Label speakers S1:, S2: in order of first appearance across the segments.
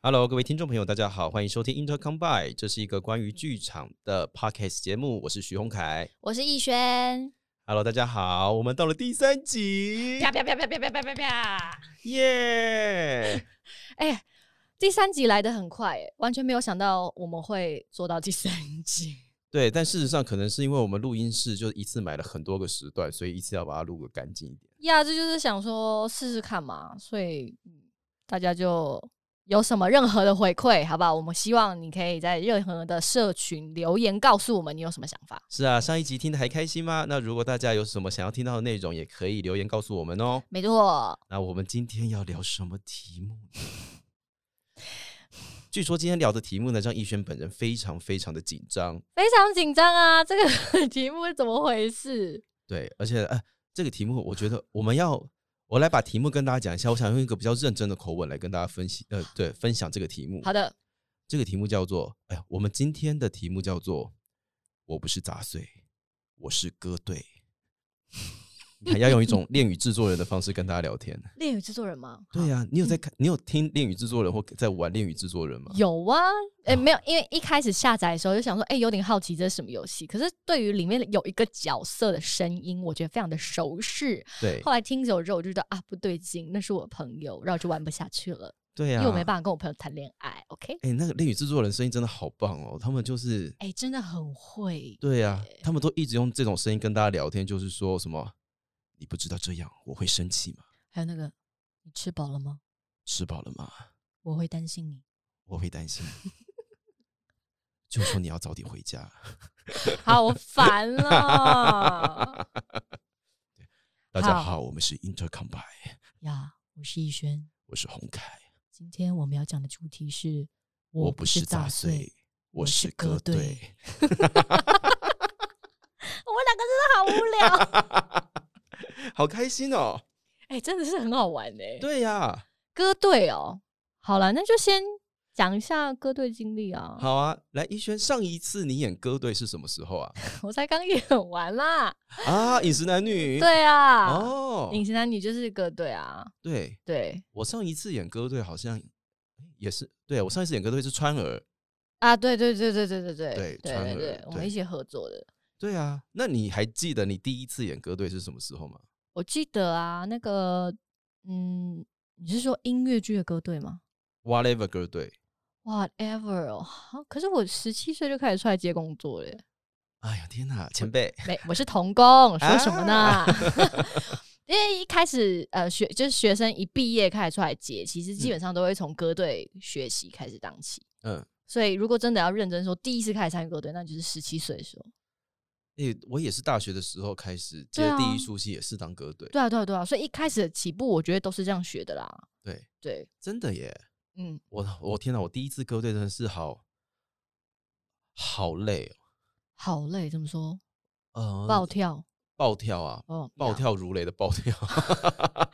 S1: Hello，各位听众朋友，大家好，欢迎收听 Intercom By，这是一个关于剧场的 Podcast 节目，我是徐宏凯。
S2: 我是逸轩。
S1: Hello，大家好，我们到了第三集，
S2: 啪啪啪啪啪啪啪啪啪！
S1: 耶！
S2: 哎、第三集来的很快、哎，完全没有想到我们会做到第三集。
S1: 对，但事实上可能是因为我们录音室就一次买了很多个时段，所以一次要把它录个干净一点。
S2: 呀、这就是想说试试看嘛，所以嗯大家就有什么任何的回馈，好不好？我们希望你可以在任何的社群留言告诉我们你有什么想法。
S1: 是啊，上一集听的还开心吗？那如果大家有什么想要听到的内容，也可以留言告诉我们哦。
S2: 没错，
S1: 那我们今天要聊什么题目呢？ 据说今天聊的题目呢，让逸轩本人非常非常的紧张。
S2: 非常紧张啊，这个 题目是怎么回事？
S1: 对，而且呃，这个题目我觉得我们要，我来把题目跟大家讲一下。我想用一个比较认真的口吻来跟大家分析，呃，对，分享这个题目。
S2: 好的，
S1: 这个题目叫做，哎呀，我们今天的题目叫做“我不是杂碎，我是歌队”。你看，要用一 种恋与制作人的方式跟大家聊天。
S2: 恋与制作人吗？
S1: 对呀、你有在看，你有听恋与制作人或在玩恋与制作人吗？
S2: 嗯有啊，哎、没有，因为一开始下载的时候就想说，哎、有点好奇这是什么游戏。可是对于里面有一个角色的声音，我觉得非常的熟识。
S1: 对
S2: 后来听久了之后，我就知道啊，不对劲，那是我朋友，然后就玩不下去了，
S1: 对呀、
S2: 因为我没办法跟我朋友谈恋爱。OK，
S1: 哎、那个恋与制作人声音真的好棒哦，他们就是
S2: 哎、真的很会。
S1: 对呀、他们都一直用这种声音跟大家聊天，就是说什么你不知道这样我会生气吗？
S2: 还有那个，你吃饱了吗？
S1: 吃饱了吗？
S2: 我会担心你。
S1: 我会担心。 就说你要早点回家。
S2: 好烦 哦
S1: 大家
S2: 好
S1: 好，我们是 Intercom by，
S2: 呀！我是逸轩，
S1: 我是洪凯，
S2: 今天我们要讲的主题是：
S1: 我不是杂碎，，我
S2: 我
S1: 是
S2: 是歌
S1: 歌队
S2: 队。我们两个真的好无聊。
S1: 好开心哦！
S2: 哎、真的是很好玩哎、
S1: 对呀、
S2: 歌队哦，好了，那就先讲一下歌队经历啊。
S1: 好啊，来一轩，上一次你演歌队是什么时候啊？
S2: 我才刚演完啦。
S1: 啊，饮食男女。
S2: 对啊，
S1: 哦，
S2: 隐形男女就是歌队啊。
S1: 对，
S2: 对
S1: 我上一次演歌队好像也是，对我上一次演歌队是川儿，
S2: 啊，对对对对对对对
S1: 对
S2: 对
S1: 川
S2: 对
S1: 儿
S2: 对，我们
S1: 对
S2: 一起合作的。
S1: 对啊，那你还记得你第一次演歌队是什么时候吗？
S2: 我记得啊，那个嗯，你是说音乐剧的歌队吗
S1: Whatever 歌队，
S2: ？Whatever 哦，啊可是我十七岁就开始出来接工作了耶。
S1: 哎呀天哪，前辈，
S2: 没，我是童工，说什么呢？
S1: 啊
S2: 因为一开始呃学就是学生一毕业开始出来接，其实基本上都会从歌队学习开始当起。
S1: 嗯，
S2: 所以如果真的要认真说，第一次开始参与歌队，那就是十七岁的时候。
S1: 诶、我也是大学的时候开始接
S2: 对啊
S1: 第一出戏，也是当歌队，
S2: 对啊，对啊，对啊。所以一开始的起步，我觉得都是这样学的啦。
S1: 对，
S2: 对，
S1: 真的耶，
S2: 嗯，
S1: 我我天哪，我第一次歌队真的是好好累哦。
S2: 好累，怎么说？
S1: 呃，
S2: 暴跳
S1: 暴跳啊，
S2: 哦，
S1: 暴跳如雷的暴跳，
S2: 呀！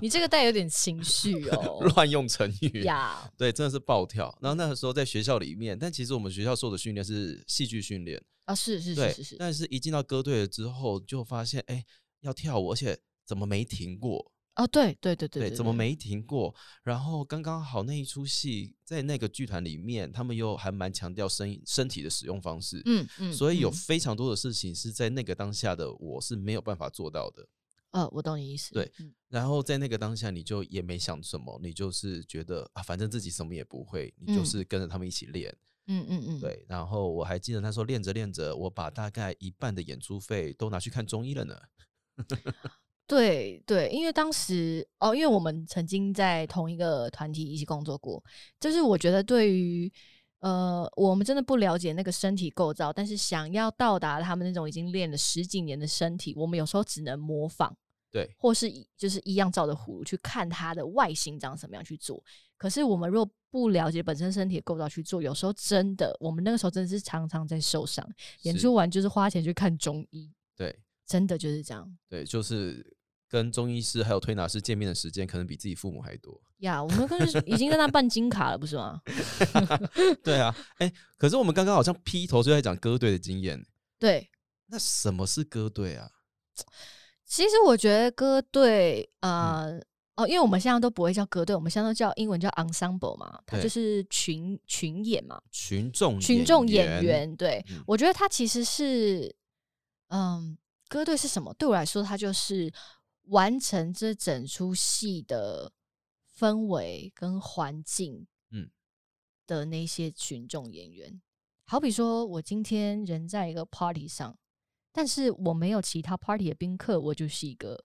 S2: 你这个带有点情绪 哦，
S1: 乱用成语。
S2: 呀，嗯
S1: 对，真的是暴跳。然后那个时候在学校里面，但其实我们学校受的训练是戏剧训练，
S2: 啊，是是
S1: 对。
S2: 是是是，
S1: 但是一进到歌队了之后，就发现哎、要跳舞，而且怎么没停过？
S2: 哦，对对对对
S1: 对，怎么？没停过？然后刚刚好那一出戏在那个剧团里面，他们又还蛮强调身身体的使用方式。
S2: 嗯嗯，
S1: 所以有
S2: 嗯
S1: 非常多的事情是在那个当下的我是没有办法做到的，
S2: 呃，我懂你意思。
S1: 对
S2: 嗯，
S1: 然后在那个当下你就也没想什么，你就是觉得啊，反正自己什么也不会，你就
S2: 嗯
S1: 是跟着他们一起练。
S2: 嗯嗯嗯，
S1: 对，然后我还记得那时候练着练着，我把大概一半的演出费都拿去看中医了呢。
S2: 对对，因为当时哦，因为我们曾经在同一个团体一起工作过，就是我觉得对于呃，我们真的不了解那个身体构造，但是想要到达他们那种已经练了十几年的身体，我们有时候只能模仿，
S1: 对，
S2: 或是一就是一样照着葫芦去看它的外形长什么样去做。可是我们若不了解本身身体的构造去做，有时候真的，我们那个时候真的是常常在受伤，演
S1: 是
S2: 出完就是花钱去看中医，
S1: 对
S2: 真的就是这样。
S1: 对，就是跟中医师还有推拿师见面的时间，可能比自己父母还 多。
S2: 呀，我们跟已经跟他办金卡了，不是吗？
S1: 对啊，哎、可是我们刚刚好像劈头就在讲歌队的经验，
S2: 对，
S1: 那什么是歌队啊？
S2: 其实我觉得歌队，呃，哦，因为我们现在都不会叫歌队，我们现在都叫英文叫 ensemble 嘛，它
S1: 对
S2: 就是群群演嘛，
S1: 群众
S2: 群众演员。对、
S1: 嗯
S2: 我觉得它其实是，嗯，歌队是什么？对我来说，它就是完成这整出戏的氛围跟环境，
S1: 嗯
S2: 的那些群众演员。好比说，我今天人在一个 party 上，但是我没有其他 party 的宾客，我就是一个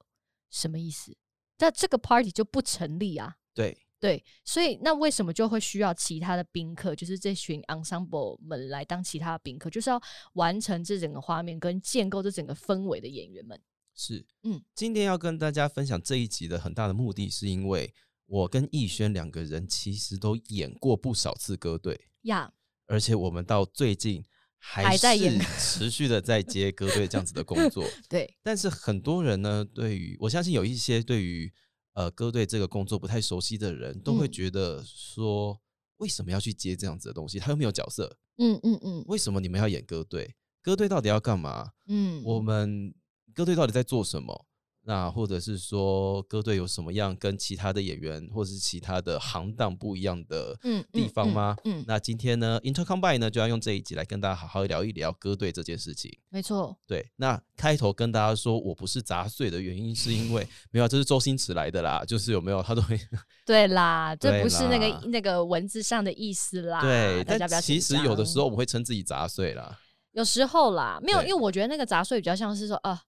S2: 什么意思？那这个 party 就不成立啊。
S1: 对，
S2: 对，所以那为什么就会需要其他的宾客，就是这群 ensemble 们来当其他的宾客，就是要完成这整个画面跟建构这整个氛围的演员们。
S1: 是，
S2: 嗯，
S1: 今天要跟大家分享这一集的很大的目的，是因为我跟逸轩两个人其实都演过不少次歌队，
S2: 呀、
S1: 而且我们到最近还
S2: 还在
S1: 是
S2: 演
S1: 持续的在接歌队这样子的工作。
S2: 对，
S1: 但是很多人呢，对于我相信有一些对于呃歌队这个工作不太熟悉的人，都会
S2: 嗯
S1: 觉得说，为什么要去接这样子的东西？他又没有角色，
S2: 嗯嗯嗯
S1: 为什么你们要演歌队？歌队到底要干嘛？
S2: 嗯，
S1: 我们歌队到底在做什么？那或者是说歌队有什么样跟其他的演员或者是其他的行当不一样的
S2: 嗯
S1: 地方吗？
S2: 嗯，嗯嗯
S1: 那今天呢，Intercombine 呢就要用这一集来跟大家好好聊一聊歌队这件事情。
S2: 没错，
S1: 对，那开头跟大家说我不是杂碎的原因，是因 为没有啊，这是周星驰来的啦，就是有没有他都会
S2: 对啦，这
S1: 对
S2: 不是那
S1: 啦
S2: 个那个文字上的意 思啦。
S1: 对，
S2: 啊大家不要
S1: 但其
S2: 紧
S1: 实有的
S2: 张
S1: 时候我们会称自己杂碎啦，
S2: 有时候啦，没有，
S1: 对
S2: 因为我觉得那个杂碎比较像是说啊，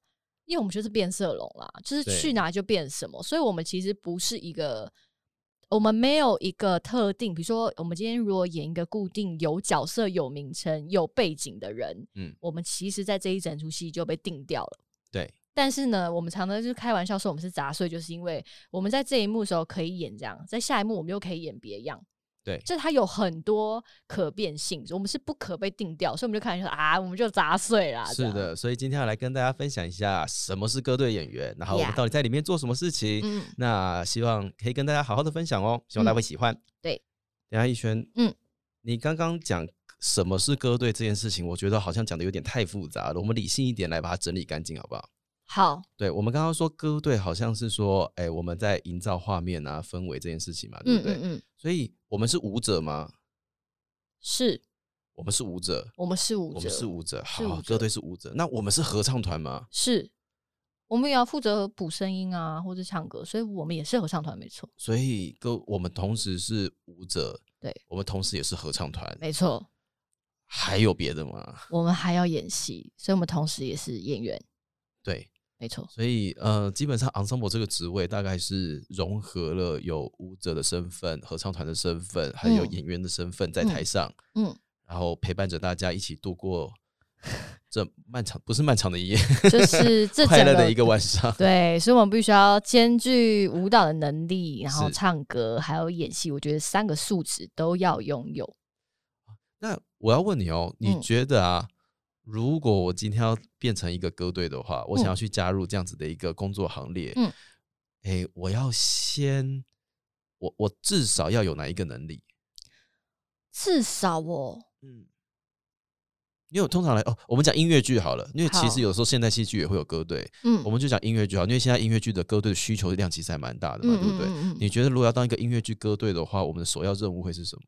S2: 因为我们就是变色龙啦，就是
S1: 对
S2: 去哪就变什么，所以我们其实不是一个，我们没有一个特定，比如说我们今天如果演一个固定有角色、有名称、有背景的人，
S1: 嗯
S2: 嗯，我们其实在这一整出戏就被定掉了。
S1: 对，
S2: 但是呢，我们常常就是开玩笑说我们是杂碎，就是因为我们在这一幕的时候可以演这样，在下一幕我们又可以演别样。
S1: 对
S2: 就它有很多可变性，我们是不可被定掉，所以我们就开玩笑说啊，我们就杂碎啦。这
S1: 是
S2: 样，
S1: 的，所以今天要来跟大家分享一下什么是歌队演员，然后我们
S2: Yeah
S1: 到底在里面做什么事情。
S2: 嗯，
S1: 那希望可以跟大家好好的分享哦，希望大家会喜欢。
S2: 对，
S1: 等一下逸轩，嗯
S2: 嗯，
S1: 你刚刚讲什么是歌队这件事情，我觉得好像讲的有点太复杂了，我们理性一点来把它整理干净好不好？
S2: 好，
S1: 对，我们刚刚说歌队好像是说，哎、我们在营造画面啊、氛围这件事情嘛，对
S2: 嗯
S1: 不对？
S2: 嗯嗯，
S1: 所以我们是舞者吗？
S2: 是
S1: 我们是舞者，
S2: 我们是舞者，
S1: 我们是舞者，
S2: 是
S1: 好，
S2: 舞
S1: 歌
S2: 者
S1: 队是舞者。那我们是合唱团吗？
S2: 是我们也要负责补声音啊，或者唱歌，所以我们也是合唱团，没错，
S1: 所以歌我们同时是舞者，
S2: 对，
S1: 我们同时也是合唱团，
S2: 没错，
S1: 还有别的吗？
S2: 我们还要演戏，所以我们同时也是演员，
S1: 对，
S2: 没错，
S1: 所以呃，基本上 ensemble 这个职位大概是融合了有舞者的身份、合唱团的身份，还有
S2: 嗯
S1: 演员的身份在
S2: 嗯
S1: 台上。
S2: 嗯，
S1: 然后陪伴着大家一起度过这漫长不是漫长的一夜，
S2: 就是这
S1: 快
S2: 整
S1: 乐的一个晚上。
S2: 对，所以我们必须要兼具舞蹈的能力，然后
S1: 是
S2: 唱歌，还有演戏，我觉得三个素质都要拥有。
S1: 那我要问你哦，你
S2: 嗯
S1: 觉得啊，如果我今天要变成一个歌队的话，我想要去加入这样子的一个工作行列，嗯
S2: 嗯，
S1: 哎，我要先，我我至少要有哪一个能力？
S2: 至少哦，
S1: 嗯。因为我通常来哦，我们讲音乐剧好了，因为其
S2: 好
S1: 实有时候现代戏剧也会有歌队，
S2: 嗯，
S1: 我们就讲音乐剧好，因为现在音乐剧的歌队的需求量其实还蛮大的嘛，
S2: 嗯
S1: 对不对？
S2: 嗯嗯
S1: 你觉得如果要当一个音乐剧歌队的话，我们的首要任务会是什么？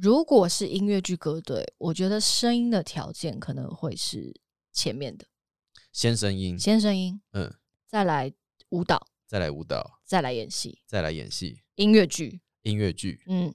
S2: 如果是音乐剧歌队，我觉得声音的条件可能会是前面的，
S1: 先声音，
S2: 先声音，
S1: 嗯，
S2: 再来舞蹈，
S1: 再来舞蹈，
S2: 再来演戏，
S1: 再来演戏，
S2: 音乐剧，
S1: 音乐剧。
S2: 嗯。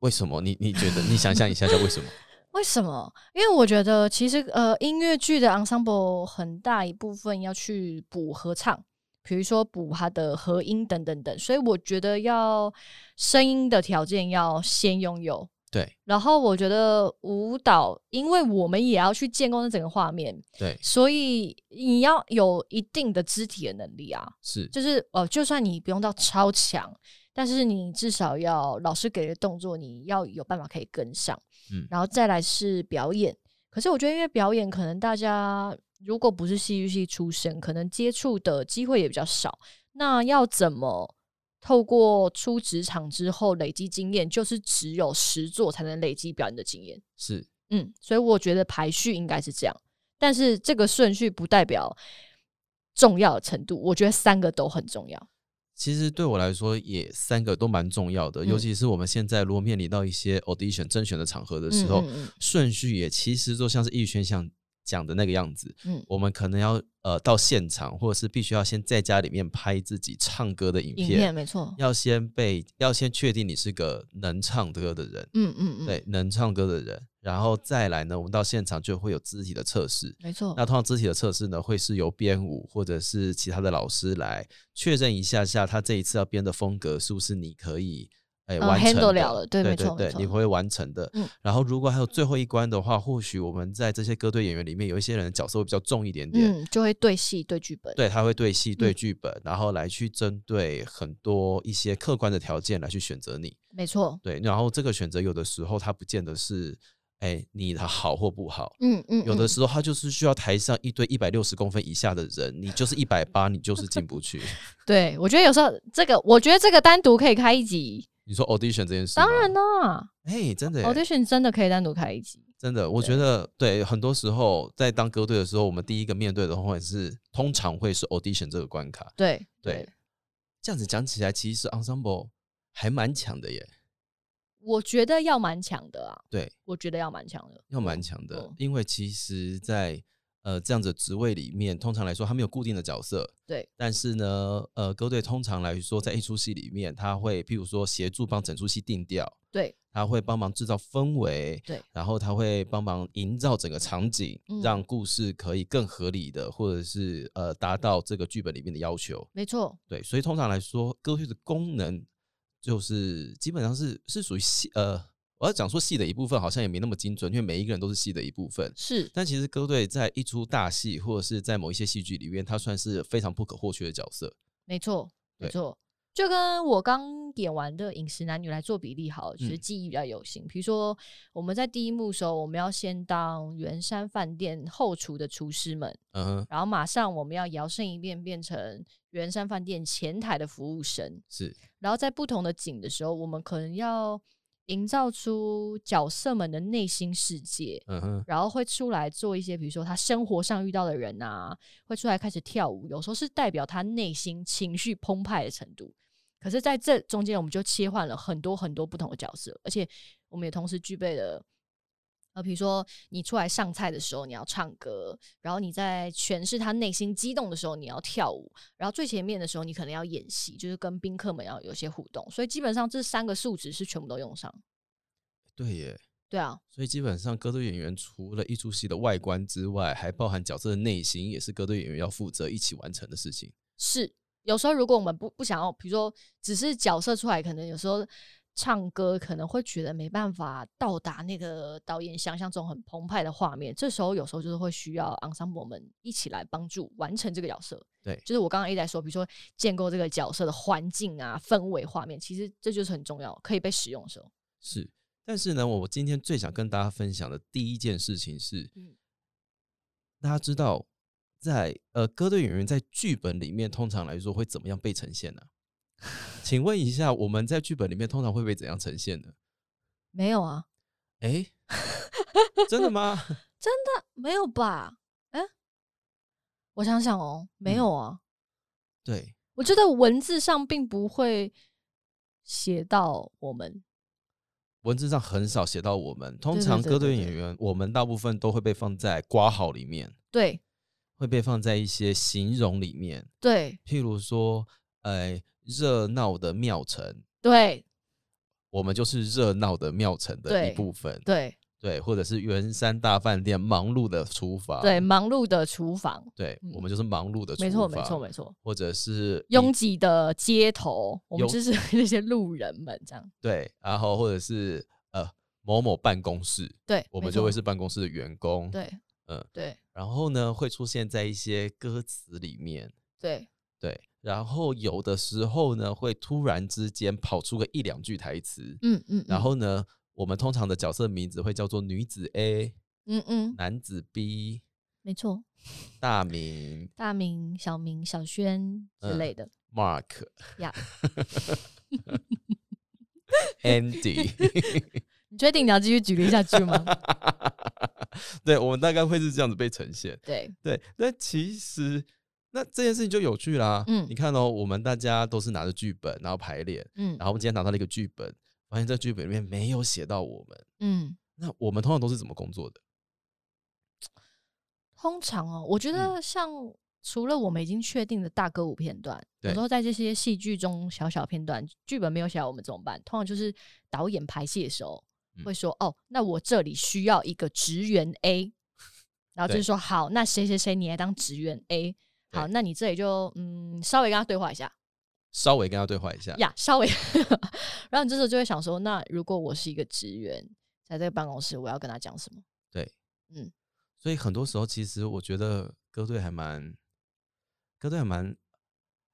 S1: 为什么？你你觉得？你想象一下下为什 么？
S2: 为什么？因为我觉得其实呃，音乐剧的 ensemble 很大一部分要去补合唱，比如说补它的合音等等等，所以我觉得要声音的条件要先拥有。
S1: 对
S2: 然后我觉得舞蹈，因为我们也要去建构那整个画面，
S1: 对
S2: 所以你要有一定的肢体的能力啊。
S1: 是，
S2: 就是呃，就算你不用到超强，但是你至少要老师给的动作，你要有办法可以跟上。
S1: 嗯
S2: 然后再来是表演。可是我觉得，因为表演可能大家如果不是戏剧系出身，可能接触的机会也比较少。那要怎么透过出职场之后累积经验，就是只有实作才能累积表演的经验。
S1: 是
S2: 嗯，所以我觉得排序应该是这样，但是这个顺序不代表重要的程度，我觉得三个都很重要。
S1: 其实对我来说也三个都蛮重要的，尤
S2: 嗯
S1: 其是我们现在如果面临到一些 audition 甄选的场合的时候，
S2: 嗯嗯
S1: 顺序也其实就像是逸轩想讲的那个样子，
S2: 嗯
S1: 我们可能要呃到现场，或者是必须要先在家里面拍自己唱歌的影
S2: 影
S1: 片，
S2: 片没错，
S1: 要先被要先确定你是个能唱歌的人，
S2: 嗯嗯嗯，
S1: 对，，能唱歌的人，然后再来呢，我们到现场就会有肢体的测试。
S2: 没错，
S1: 那通常肢体的测试呢，会是由编舞或者是其他的老师来确认一下下，他这一次要编的风格是不是你可以哎、
S2: 呃
S1: 完成
S2: handle
S1: 的
S2: 了了对
S1: 对
S2: 没错
S1: 对
S2: 没错
S1: 你会完成的。
S2: 嗯
S1: 然后如果还有最后一关的话，或许我们在这些歌队演员里面，有一些人的角色会比较重一点点，
S2: 嗯，就会对戏对剧本，
S1: 对，他会对戏、对
S2: 嗯
S1: 剧本，然后来去针对很多一些客观的条件来去选择你。
S2: 没错，
S1: 对，然后这个选择有的时候它不见得是，哎，你的好或不好。
S2: 嗯嗯，
S1: 有
S2: 嗯
S1: 的时候，它就是需要台上一堆一百六十公分以下的人，你就是一百八，你就是进不去。
S2: 对我觉得有时候这个，我觉得这个单独可以开一集，
S1: 你说 audition 这件事，
S2: 当然，啦
S1: 哎，真的耶，
S2: ，audition 真的可以单独开一集，
S1: 真的，我觉得对，很多时候在当歌队的时候，我们第一个面对的话是，通常会是 audition 这个关卡。
S2: 对
S1: 对，这样子讲起来，其实 ensemble 还蛮强的耶，
S2: 我觉得要蛮强的啊，
S1: 对，
S2: 我觉得要蛮强的，
S1: 要蛮
S2: 嗯
S1: 强的
S2: 嗯，
S1: 因为其实在，呃这样子的职位里面，通常来说，他们有固定的角色，
S2: 对。
S1: 但是呢，呃，歌队通常来说，在一出戏里面，他会譬如说协助帮整出戏定调，
S2: 对，
S1: 他会帮忙制造氛围，
S2: 对，
S1: 然后他会帮忙营造整个场景，
S2: 嗯
S1: 让故事可以更合理的，或者是呃达到这个剧本里面的要求。
S2: 没错，
S1: 对，所以通常来说，歌剧的功能就是基本上是是属于戏呃，我要讲说戏的一部分，好像也没那么精准，因为每一个人都是戏的一部分。
S2: 是
S1: 但其实歌队在一出大戏或者是在某一些戏剧里面，它算是非常不可或缺的角色。
S2: 没错，没
S1: 对
S2: 错。就跟我刚演完的《饮食男女》来做比例好了，就是
S1: 嗯
S2: 记忆比较有形。比如说，我们在第一幕的时候，我们要先当圆山饭店后厨的厨师们，
S1: 嗯哼，
S2: 然后马上我们要摇身一变变成圆山饭店前台的服务生。
S1: 是
S2: 然后在不同的景的时候，我们可能要营造出角色们的内心世界，
S1: 嗯哼，
S2: 然后会出来做一些，比如说他生活上遇到的人啊，会出来开始跳舞，有时候是代表他内心情绪澎湃的程度。可是，在这中间，我们就切换了很多很多不同的角色，而且我们也同时具备了，呃，比如说你出来上菜的时候，你要唱歌；然后你在诠释他内心激动的时候，你要跳舞；然后最前面的时候，你可能要演戏，就是跟宾客们要有一些互动。所以，基本上这三个素质是全部都用上。
S1: 对耶。
S2: 对啊，
S1: 所以基本上，歌队演员除了一出戏的外观之外，还包含角色的内心，也是歌队演员要负责一起完成的事情。
S2: 是有时候如果我们不不想要，比如说只是角色出来，可能有时候唱歌可能会觉得没办法到达那个导演想象中很澎湃的画面，这时候有时候就是会需要 ensemble 们一起来帮助完成这个角色。
S1: 对
S2: 就是我刚刚一直在说，比如说建构这个角色的环境啊、氛围、画面，其实这就是很重要，可以被使用的时候。
S1: 是，但是呢，我今天最想跟大家分享的第一件事情是，
S2: 嗯
S1: 大家知道在呃歌队演员在剧本里面通常来说会怎么样被呈现呢、 请问一下，我们在剧本里面通常会被怎样呈现呢？
S2: 没有啊，
S1: 哎、真的吗？
S2: 没有吧？哎、我想想哦，没
S1: 嗯
S2: 有啊。
S1: 对，
S2: 我觉得文字上并不会写到我们，
S1: 文字上很少写到我们，通
S2: 对对
S1: 常
S2: 对
S1: 歌
S2: 对
S1: 队
S2: 对
S1: 演员，我们大部分都会被放在挂号里面，
S2: 对
S1: 会被放在一些形容里面，
S2: 对
S1: 譬如说，呃，热闹的庙城，
S2: 对
S1: 我们就是热闹的庙城的
S2: 对
S1: 一部分，
S2: 对
S1: 对，或者是圆山大饭店忙碌的厨房，
S2: 对，忙碌的厨房，
S1: 对
S2: 嗯
S1: 我们就是忙碌啊的厨房，
S2: 没错没错没错，
S1: 或者是
S2: 拥
S1: 你
S2: 挤的街头，我们
S1: 拥
S2: 就是 那些路人们这样，
S1: 对，然后或者是呃某某办公室，
S2: 对，
S1: 我
S2: 没
S1: 们就
S2: 错
S1: 会是办公室的员工，，
S2: 对，
S1: 嗯
S2: 对
S1: 然后呢会出现在一些歌词里面，
S2: 对
S1: 对，然后有的时候呢会突然之间跑出个一两句台词，
S2: 嗯嗯，
S1: 然
S2: 嗯
S1: 后呢我们通常的角色名字会叫做女子 A、
S2: 嗯嗯，
S1: 男子 B、
S2: 没错，
S1: 大名
S2: 大明、小明、小轩之
S1: 嗯
S2: 类的，
S1: Mark
S2: 呀
S1: Andy，
S2: 你确定你要继续举例下去吗？
S1: 对我们大概会是这样子被呈现。
S2: 对，
S1: 对，但其实那这件事情就有趣啦。
S2: 嗯
S1: 你看哦，我们大家都是拿着剧本，然后排练，
S2: 嗯
S1: 然后我们今天拿到了一个剧本，发现这剧本里面没有写到我们。
S2: 嗯，
S1: 那我们通常都是怎么工作的？
S2: 通常哦，我觉
S1: 嗯
S2: 得像除了我们已经确定的大歌舞片段，
S1: 对
S2: 有时候在这些戏剧中小小片段，剧本没有写好，我们怎么办？通常就是导演排戏的时候
S1: 嗯
S2: 会说：“哦，那我这里需要一个职员 A。”然后就是
S1: 对
S2: 说：“好，那谁谁谁你来当职员 A。”好，
S1: 对
S2: 那你这里就嗯稍微跟他对话一下
S1: 稍微跟他对话一下。
S2: 呀，稍微。 然后你这时候就会想说：“那如果我是一个职员，在这个办公室，我要跟他讲什么？”
S1: 所以很多时候，其实我觉得歌队还蛮，歌队还蛮，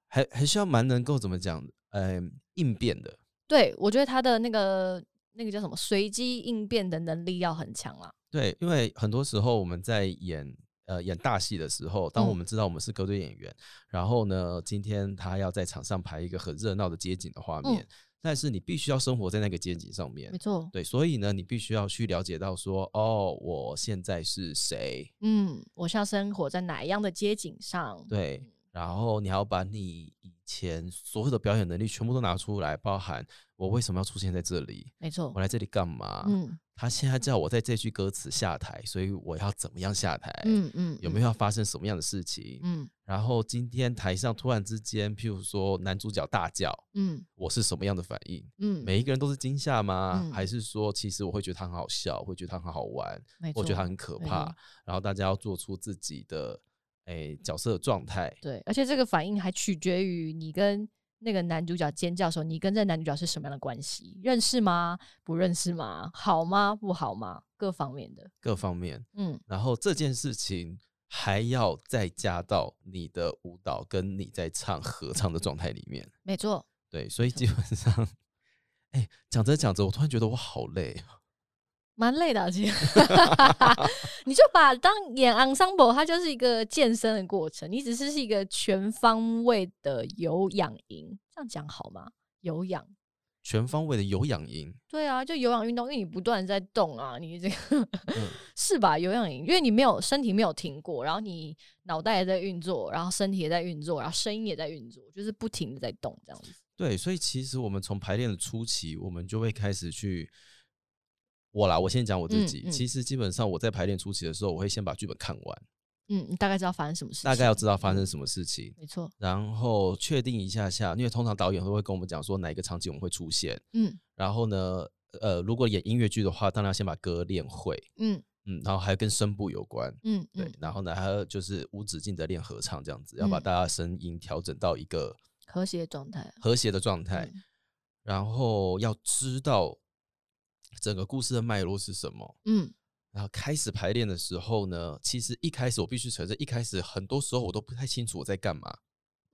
S1: 还还需要蛮能够怎么讲，嗯、应变的。
S2: 对，我觉得他的那个那个叫什么随机应变的能力要很强啦。
S1: 对，因为很多时候我们在演呃演大戏的时候，当我
S2: 嗯
S1: 们知道我们是歌队演员，然后呢，今天他要在场上排一个很热闹的街景的画
S2: 嗯
S1: 面，但是你必须要生活在那个街景上面
S2: 没。错，
S1: 对，所以呢，你必须要去了解到说，哦，我现在是谁？
S2: 嗯，我现在生活在哪一样的街景上？
S1: 对，然后你还要把你以前所有的表演能力全部都拿出来，包含我为什么要出现在这里，
S2: 没错
S1: 我，来这里干嘛？
S2: 嗯
S1: 他现在叫我在这句歌词下台，所以我要怎么样下台？
S2: 嗯嗯，
S1: 有没
S2: 有？
S1: 有要发生什么样的事情？
S2: 嗯
S1: 然后今天台上突然之间，譬如说男主角大叫，
S2: 嗯
S1: 我是什么样的反应？
S2: 嗯，
S1: 每一个人都是惊吓吗？
S2: 嗯
S1: 还是说，其实我会觉得他很好笑，会觉得他很好玩，
S2: 没
S1: 我
S2: 错，
S1: 觉得他很可
S2: 没
S1: 怕
S2: 错。
S1: 然后大家要做出自己的诶、角色的状态，
S2: 对，而且这个反应还取决于你跟。那个男主角尖叫的时候，你跟这个男主角是什么样的关系？认识吗？不认识吗？好吗？不好吗？各方面的，
S1: 各方面。
S2: 嗯，
S1: 然后这件事情还要再加到你的舞蹈跟你在唱合唱的状态里面。
S2: 没错，
S1: 对，所以基本上，哎、讲着讲着，我突然觉得我好累啊。
S2: 蛮累的啊、其实 你就把当演 ensemble，它就是一个健身的过程，你只是是一个全方位的有氧营，这样讲好吗？有氧，
S1: 全方位的有氧营，
S2: 对啊，就有氧运动，因为你不断地在动啊，你这个
S1: 嗯
S2: 是吧？有氧营，因为你没有身体没有停过，然后你脑袋也在运作，然后身体也在运作，然后声音也在运作，就是不停的在动这样子。
S1: 对，所以其实我们从排练的初期，我们就会开始去。我啦，我先讲我自
S2: 嗯
S1: 己。
S2: 嗯
S1: 其实基本上我在排练初期的时候，我会先把剧本看完，
S2: 嗯，你大概知道发生什么事情，
S1: 大概要知道
S2: 嗯
S1: 发生什么事情，
S2: 没错，
S1: 然后确定一下下，因为通常导演都会跟我们讲说哪一个场景我们会出现。
S2: 嗯
S1: 然后呢，呃，如果演音乐剧的话，当然要先把歌练会，
S2: 嗯
S1: 嗯，然后还跟声部有关，
S2: 嗯
S1: 对，
S2: 嗯，
S1: 然后呢，还有就是无止境的练合唱这样子，要把
S2: 嗯
S1: 大家声音调整到一个
S2: 和谐状态啊，
S1: 和谐的状态，
S2: 嗯
S1: 然后要知道整个故事的脉络是什么。
S2: 嗯
S1: 然后开始排练的时候呢，其实一开始我必须承认，一开始很多时候我都不太清楚我在干嘛。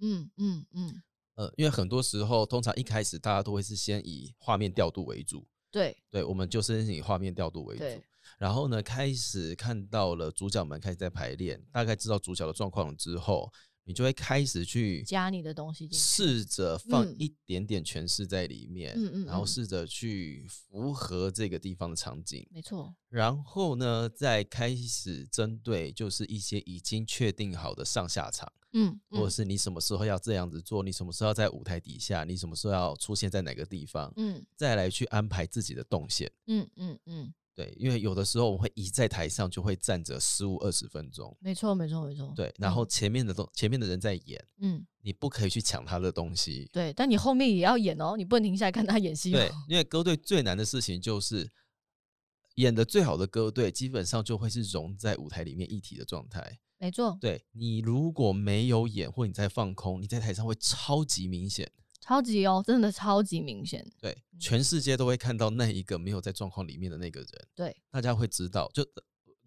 S2: 嗯嗯嗯，
S1: 呃，因为很多时候，通常一开始大家都会是先以画面调度为主，
S2: 对
S1: 对，我们就是以画面调度为主
S2: 对。，
S1: 然后呢，开始看到了主角们开始在排练，大概知道主角的状况之后，你就会开始去
S2: 加你的东西进去。
S1: 试着放
S2: 嗯
S1: 一点点诠释在里面，
S2: 嗯嗯
S1: 然后
S2: 嗯
S1: 试着去符合这个地方的场景，
S2: 没错，
S1: 然后呢，再开始针对就是一些已经确定好的上下场，
S2: 嗯，
S1: 或者
S2: 嗯
S1: 是你什么时候要这样子做，你什么时候要在舞台底下，你什么时候要出现在哪个地方，
S2: 嗯
S1: 再来去安排自己的动线。
S2: 嗯嗯嗯，
S1: 对，因为有的时候我们会一在台上就会站着十五二十分钟，
S2: 没错没错没错。
S1: 对，然后
S2: 嗯
S1: 前面的东前面的人在演，
S2: 嗯，
S1: 你不可以去抢他的东西，
S2: 对，但你后面也要演哦，你不能停下来看他演戏哦。
S1: 对，因为歌队最难的事情就是演的最好的歌队，基本上就会是融在舞台里面一体的状态。
S2: 没错，
S1: 对你如果没有演或你在放空，你在台上会超级明显，
S2: 超级哦，真的超级明显。
S1: 对，全世界都会看到那一个没有在状况里面的那个人，
S2: 对，
S1: 大家会知道，就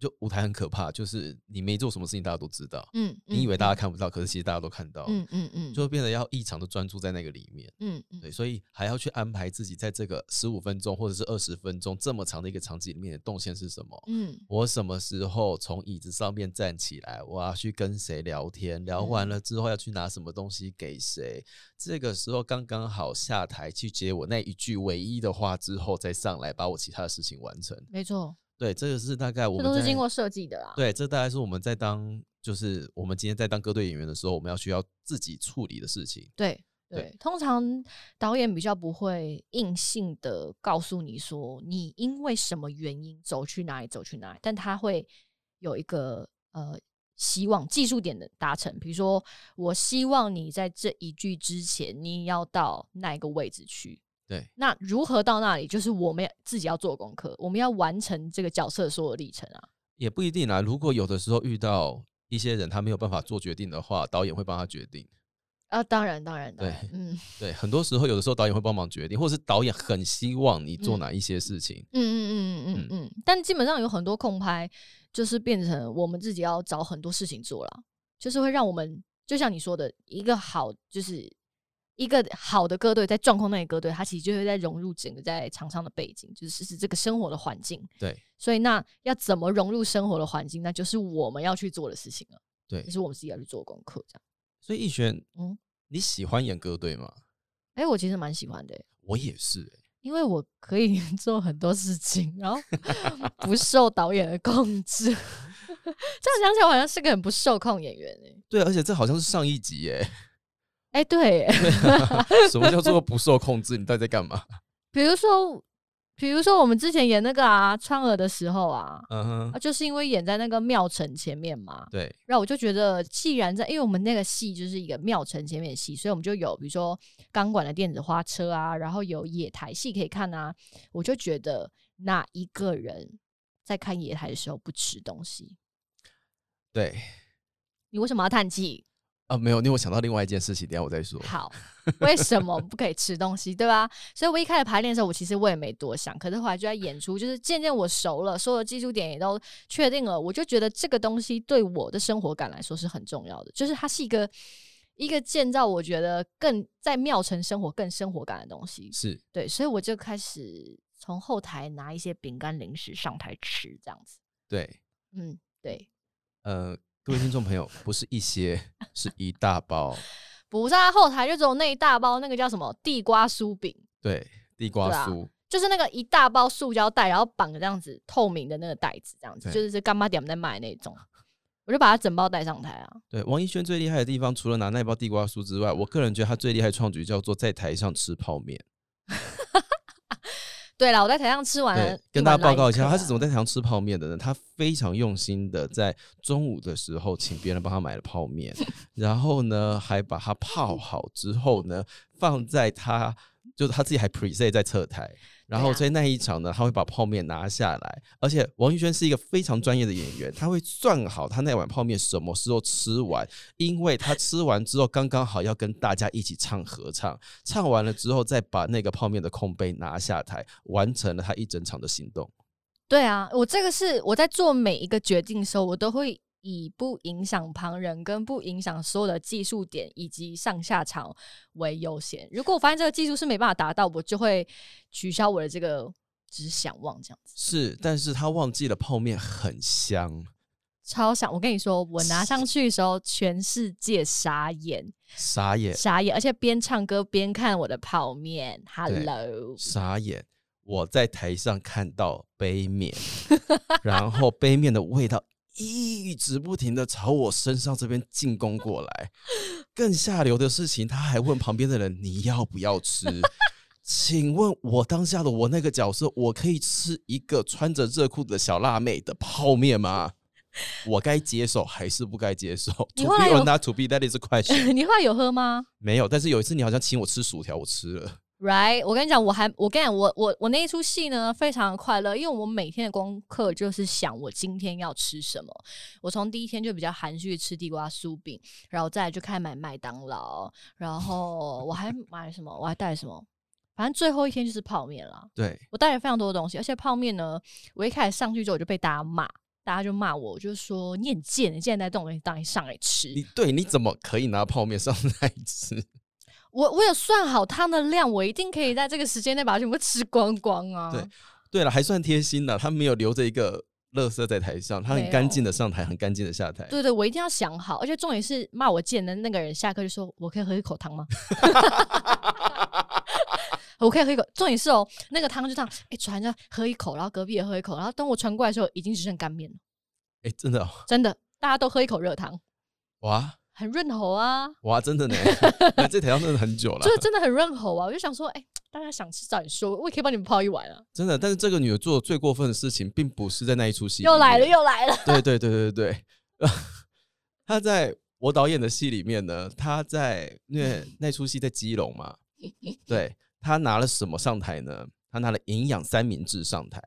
S1: 就舞台很可怕，就是你没做什么事情，大家都知道。
S2: 嗯，
S1: 你以为
S2: 嗯
S1: 大家看不到，可是其实大家都看到，
S2: 嗯嗯嗯，
S1: 就会变得要异常的专注在那个里面。
S2: 嗯 嗯
S1: 对，所以还要去安排自己在这个十五分钟或者是二十分钟这么长的一个场景里面的动线是什么。
S2: 嗯
S1: 我什么时候从椅子上面站起来？我要去跟谁聊天？聊完
S2: 嗯
S1: 了之后要去拿什么东西给谁？这个时候刚刚好下台去接我那一句唯一的话之后，再上来把我其他的事情完成。
S2: 没错，
S1: 对，这个是大概我
S2: 这
S1: 们
S2: 都是
S1: 在
S2: 经过设计的啦。
S1: 对，这大概是我们在当就是我们今天在当歌队演员的时候，我们要需要自己处理的事情。
S2: 对
S1: 对
S2: 对，通常导演比较不会硬性的告诉你说你因为什么原因走去哪里走去哪里，但他会有一个呃希望技术点的达成，比如说我希望你在这一句之前你要到那一个位置去。
S1: 对，
S2: 那如何到那里，就是我们自己要做功课，我们要完成这个角色所有历程啊。
S1: 也不一定啦。如果有的时候遇到一些人他没有办法做决定的话，导演会帮他决定。
S2: 啊，当然，当然，当
S1: 对
S2: 然，嗯
S1: 对，很多时候有的时候导演会帮忙决定，或者是导演很希望你做哪一些事情。
S2: 嗯嗯嗯嗯嗯嗯，但基本上有很多空拍，就是变成我们自己要找很多事情做了，就是会让我们就像你说的，一个好就是一个好的歌队在状况内的歌队，它其实就会在融入整个在场上的背景，就是是这个生活的环境。
S1: 对
S2: 所以那要怎么融入生活的环境，那就是我们要去做的事情了，
S1: 对
S2: 也，是我们自己要去做功课这样。
S1: 所以逸轩，
S2: 嗯
S1: 你喜欢演歌队吗？
S2: 哎、我其实蛮喜欢的欸、
S1: 我也是、欸，
S2: 因为我可以 做很多事情，然后不受导演的控制。 这样想起来，我好像是个很不受控演员哎、
S1: 对，啊而且这好像是上一集 耶、
S2: 哎、对 欸、
S1: 什么叫做不受控制？你到底在干嘛？
S2: 比如说，比如说我们之前演那个啊川儿的时候啊，
S1: 嗯
S2: 啊
S1: 哼，
S2: 就是因为演在那个庙城前面嘛，
S1: 对
S2: 然后我就觉得，既然在，因为我们那个戏就是一个庙城前面的戏，所以我们就有比如说钢管的电子花车啊，然后有野台戏可以看啊。我就觉得哪一个人在看野台的时候不吃东西？
S1: 对
S2: 你为什么要叹气？
S1: 啊，没有，因为我想到另外一件事情，等一下我再说。
S2: 好，为什么不可以吃东西，对吧？所以我一开始排练的时候，我其实我也没多想，可是后来就在演出，就是渐渐我熟了，所有技术点也都确定了，我就觉得这个东西对我的生活感来说是很重要的，就是它是一个一个建造我觉得更在庙城生活更生活感的东西。
S1: 是
S2: 对，所以我就开始从后台拿一些饼干零食上台吃，这样子。
S1: 对，
S2: 嗯，对，
S1: 呃，各位听众朋友，不是一些，是一大包，
S2: 不是啊，后台就只有那一大包那个叫什么地瓜酥饼。
S1: 对，地瓜
S2: 对啊
S1: 酥，
S2: 就是那个一大包塑胶袋，然后绑着这样子透明的那个袋子，这样子
S1: 对
S2: 就是干妈点在卖那种，我就把它整包带上台啊。
S1: 对，王一轩最厉害的地方，除了拿那包地瓜酥之外，我个人觉得他最厉害的创举叫做在台上吃泡面。
S2: 对了，我在台上吃完了
S1: 对，跟大家报告一下，他是怎
S2: 么
S1: 么在台上吃泡面的呢？他非常用心的在中午的时候请别人帮他买了泡面，然后呢还把它泡好之后呢放在他。就是他自己还 preset 在侧台，然后
S2: 对啊
S1: 所以那一场呢，他会把泡面拿下来，而且王一轩是一个非常专业的演员，他会算好他那碗泡面什么时候吃完，因为他吃完之后刚刚好要跟大家一起唱合唱，唱完了之后再把那个泡面的空杯拿下台，完成了他一整场的行动。
S2: 对啊，我这个是我在做每一个决定的时候，我都会以不影响旁人跟不影响所有的技术点以及上下场为优先。如果我发现这个技术是没办法达到，我就会取消我的这个只想望这样子。
S1: 是，但是他忘记了泡面很香。
S2: 超想！我跟你说，我拿上去的时候，全世界傻眼，
S1: 傻眼，
S2: 傻眼，而且边唱歌边看我的泡面。Hello，
S1: 傻眼！我在台上看到杯 面，然后杯面的味道一直不停的朝我身上这边进攻过来。更下流的事情，他还问旁边的人：“你要不要 吃？”请问我当下的我那个角色，我可以吃一个穿着热裤的小辣妹的泡面吗？我该接受还是不该接受
S2: 你
S1: ？To
S2: 后来
S1: be
S2: 有
S1: or not to be, that is a question。
S2: 你后来有喝吗
S1: 没有，但是有一次你好像请我吃薯条，我吃了。
S2: ？Right，我跟你讲，我还我跟你讲，我我我那一出戏呢，非常的快乐，因为我每天的功课就是想我今天要吃什么。我从第一天就比较含蓄地吃地瓜酥饼，然后再来就开始买麦当劳，然后我还买什么？我还带什么？反正最后一天就是泡面了。
S1: 对，
S2: 我带了非常多的东西，而且泡面呢，我一开始上去之后我就被大家骂，大家就骂我，就说你很贱，你竟然带这种东西当你上来吃。
S1: 你对你怎么可以拿泡面上来吃？
S2: 我我有算好汤的量，我一定可以在这个时间内把它全部吃光光啊。
S1: 对 对了，还算贴心的，他没有留着一个垃圾在台上，他
S2: 没
S1: 很
S2: 有
S1: 干净的上台，很干净的下台。
S2: 对对，我一定要想好，而且重点是骂我贱的那个人下课就说：“我可以喝一口汤吗？” 我可以喝一口，重点是哦，那个汤就这样，哎、传着喝一口，然后隔壁也喝一口，然后等我传过来的时候，已经只剩干面了，
S1: 哎，真的哦、
S2: 真的，大家都喝一口热汤，
S1: 哇
S2: 很润喉啊，
S1: 哇，真的 呢，哎这条真的很久了，
S2: 就是真的很润喉啊。我就想说，哎、大家想吃早点说，我也可以帮你们泡一碗啊。
S1: 真的。但是这个女的做的最过分的事情，并不是在那一出戏，
S2: 又来了，。又来了，
S1: 对对对对对， 她在我导演的戏里面呢，她在因为那出戏在基隆嘛，对她拿了什么上台呢？她拿了营养三明治上台。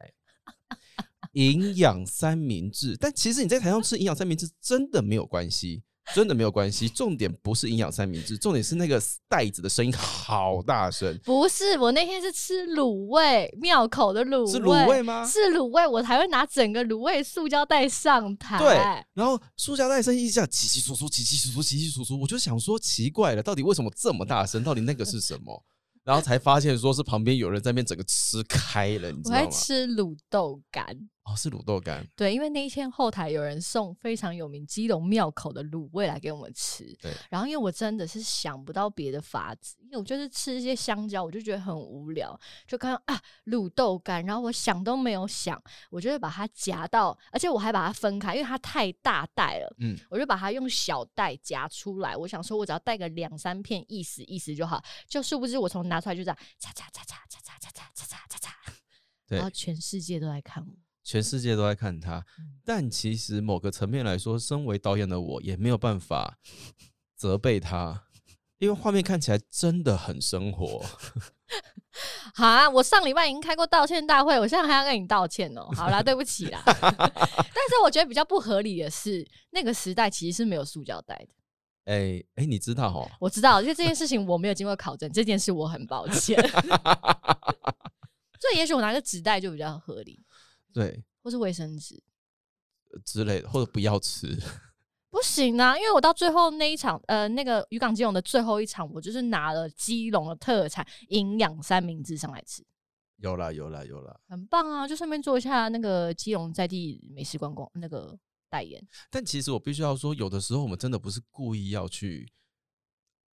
S1: 营养三明治，但其实你在台上吃营养三明治真的没有关系，真的没有关系。重点不是营养三明治，重点是那个袋子的声音好大声，
S2: 不是，我那天是吃卤味，庙口的卤味，
S1: 是卤味吗？
S2: 是卤味，我才会拿整个卤味塑胶袋上台。
S1: 对，然后塑胶袋声音一下起起簌簌，起起簌簌，起起簌簌，我就想说奇怪了，到底为什么这么大声？到底那个是什么？ 然后才发现说是旁边有人在那边整个吃开了，你知
S2: 我
S1: 道
S2: 在
S1: 吗？
S2: 吃卤豆干。
S1: 哦，是卤豆干，
S2: 对，因为那一天后台有人送非常有名基隆庙口的卤味来给我们吃，
S1: 对
S2: 然后因为我真的是想不到别的法子，因为我就是吃一些香蕉，我就觉得很无聊，就看到啊卤豆干，然后我想都没有想，我就会把它夹到，而且我还把它分开，因为它太大袋了，
S1: 嗯，
S2: 我就把它用小袋夹出来。我想说，我只要带个两三片，意思意思就好。就殊不知我从拿出来就这样，嚓嚓嚓嚓嚓嚓嚓嚓嚓嚓嚓，
S1: 对
S2: 然后全世界都在看我。
S1: 全世界都在看他。但其实某个层面来说，身为导演的我也没有办法责备他， 因为画面看起来真的很生活。
S2: 啊！我上礼拜已经开过道歉大会，我现在还要跟你道歉哦、好啦，对不起啦。 但是我觉得比较不合理的是，那个时代其实是没有塑胶袋的。
S1: 哎、哎、你知道哦？
S2: 我知道，因为这件事情我没有经过考证，这件事我很抱歉。 所以也许我拿个纸袋就比较合理，
S1: 对
S2: 或是卫生纸。
S1: 之类的，或者不要吃。
S2: 不行啊，因为我到最后那一场，呃，那个渔港基隆的最后一场，我就是拿了基隆的特产营养三明治上来吃，
S1: 有啦有啦有啦，
S2: 很棒啊！就顺便做一下那个基隆在地美食观光那个代言。
S1: 但其实我必须要说，有的时候我们真的不是故意要去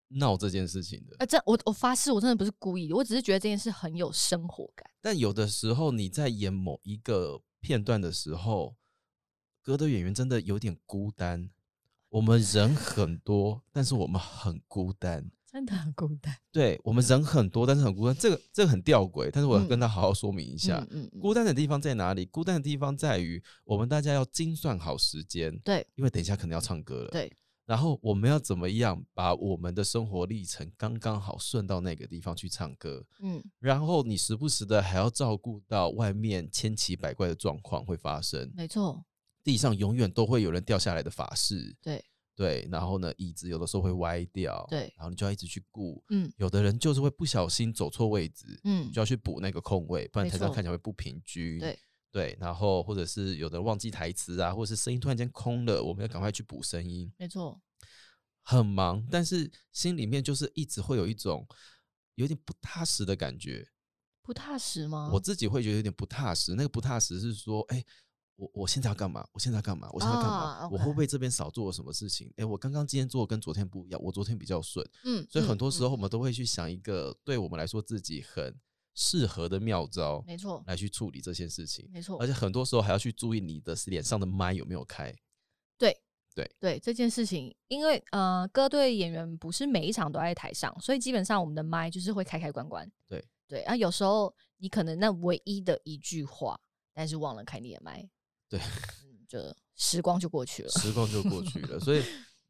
S1: 闹这件事情的。
S2: 呃，真我我发誓，我真的不是故意的，我只是觉得这件事很有生活感。
S1: 但有的时候你在演某一个片段的时候，歌的演员真的有点孤单。我们人很多，但是我们很孤单。
S2: 真的很孤单，
S1: 对我们人很多，但是很孤单，这个这个很吊诡。但是我要
S2: 嗯
S1: 跟他好好说明一下，
S2: 嗯嗯嗯
S1: 啊孤单的地方在哪里？孤单的地方在于我们大家要精算好时间，
S2: 对，
S1: 因为等一下可能要唱歌了，
S2: 对。
S1: 然后我们要怎么样把我们的生活历程刚刚好顺到那个地方去唱歌？
S2: 嗯，
S1: 然后你时不时的还要照顾到外面千奇百怪的状况会发生，
S2: 没错，
S1: 地上永远都会有人掉下来的法式，
S2: 对
S1: 对，然后呢，椅子有的时候会歪掉，
S2: 对
S1: 然后你就要一直去顾，
S2: 嗯
S1: 有的人就是会不小心走错位置，
S2: 嗯
S1: 就要去补那个空位，不然
S2: 没
S1: 台上
S2: 错
S1: 看起来会不平均。
S2: 对
S1: 对，然后或者是有的忘记台词啊，或者是声音突然间空了，我们要赶快去补声音，
S2: 没错，
S1: 很忙，但是心里面就是一直会有一种有点不踏实的感觉。
S2: 不踏实吗？
S1: 我自己会觉得有点不踏实，那个不踏实是说，哎、我我现在要干嘛？我现在要干嘛？我现在要干嘛？
S2: 啊
S1: 我会不
S2: ，OK
S1: 会这边少做了什么事情？哎、我刚刚今天做的跟昨天不一样，我昨天比较顺，
S2: 嗯，
S1: 所以
S2: 嗯
S1: 很多时
S2: 嗯
S1: 候我们都会去想一个对我们来说自己很适合的妙招，
S2: 没错，
S1: 来去处理这些事情。
S2: 没错
S1: 而，且很多时候还要去注意你的脸上的麦有没有开。
S2: 对
S1: 对
S2: 对，这件事情，因为呃，歌队演员不是每一场都在台上，所以基本上我们的麦就是会开开关关。
S1: 对
S2: 对，啊，有时候你可能那唯一的一句话，但是忘了开你的麦，
S1: 对
S2: 嗯，就时光就过去了。
S1: 时光就过去了，所以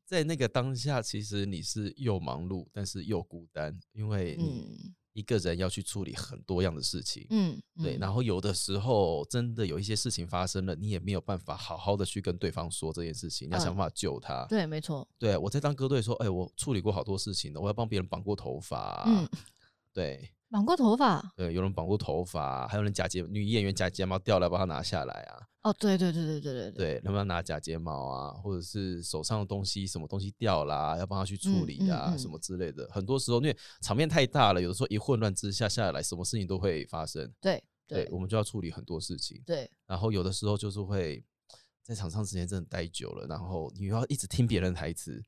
S1: 在那个当下，其实你是又忙碌，但是又孤单，因为你
S2: 嗯
S1: 一个人要去处理很多样的事情。
S2: 嗯，
S1: 对，
S2: 嗯
S1: 然后有的时候真的有一些事情发生了，你也没有办法好好的去跟对方说这件事情，你要想
S2: 嗯
S1: 办法救他。
S2: 对，没错，
S1: 对我在当歌队说，哎、我处理过好多事情的，我要帮别人绑过头发、啊
S2: 嗯，
S1: 对
S2: 绑过头发，
S1: 对，有人绑过头发，啊还有人假睫女演员假睫毛掉了，帮她拿下来啊。
S2: 哦，对对对对对对对，
S1: 对，能不能拿假睫毛啊，或者是手上的东西什么东西掉啦，要帮他去处
S2: 嗯
S1: 理啊，
S2: 嗯
S1: 什
S2: 嗯
S1: 么之类的。很多时候因为场面太大了，有的时候一混乱之下下来，什么事情都会发生。
S2: 对
S1: 对，
S2: 对
S1: 我们就要处理很多事情，
S2: 对，
S1: 然后有的时候就是会在场上时间真的待久了，然后你又要一直听别人台词，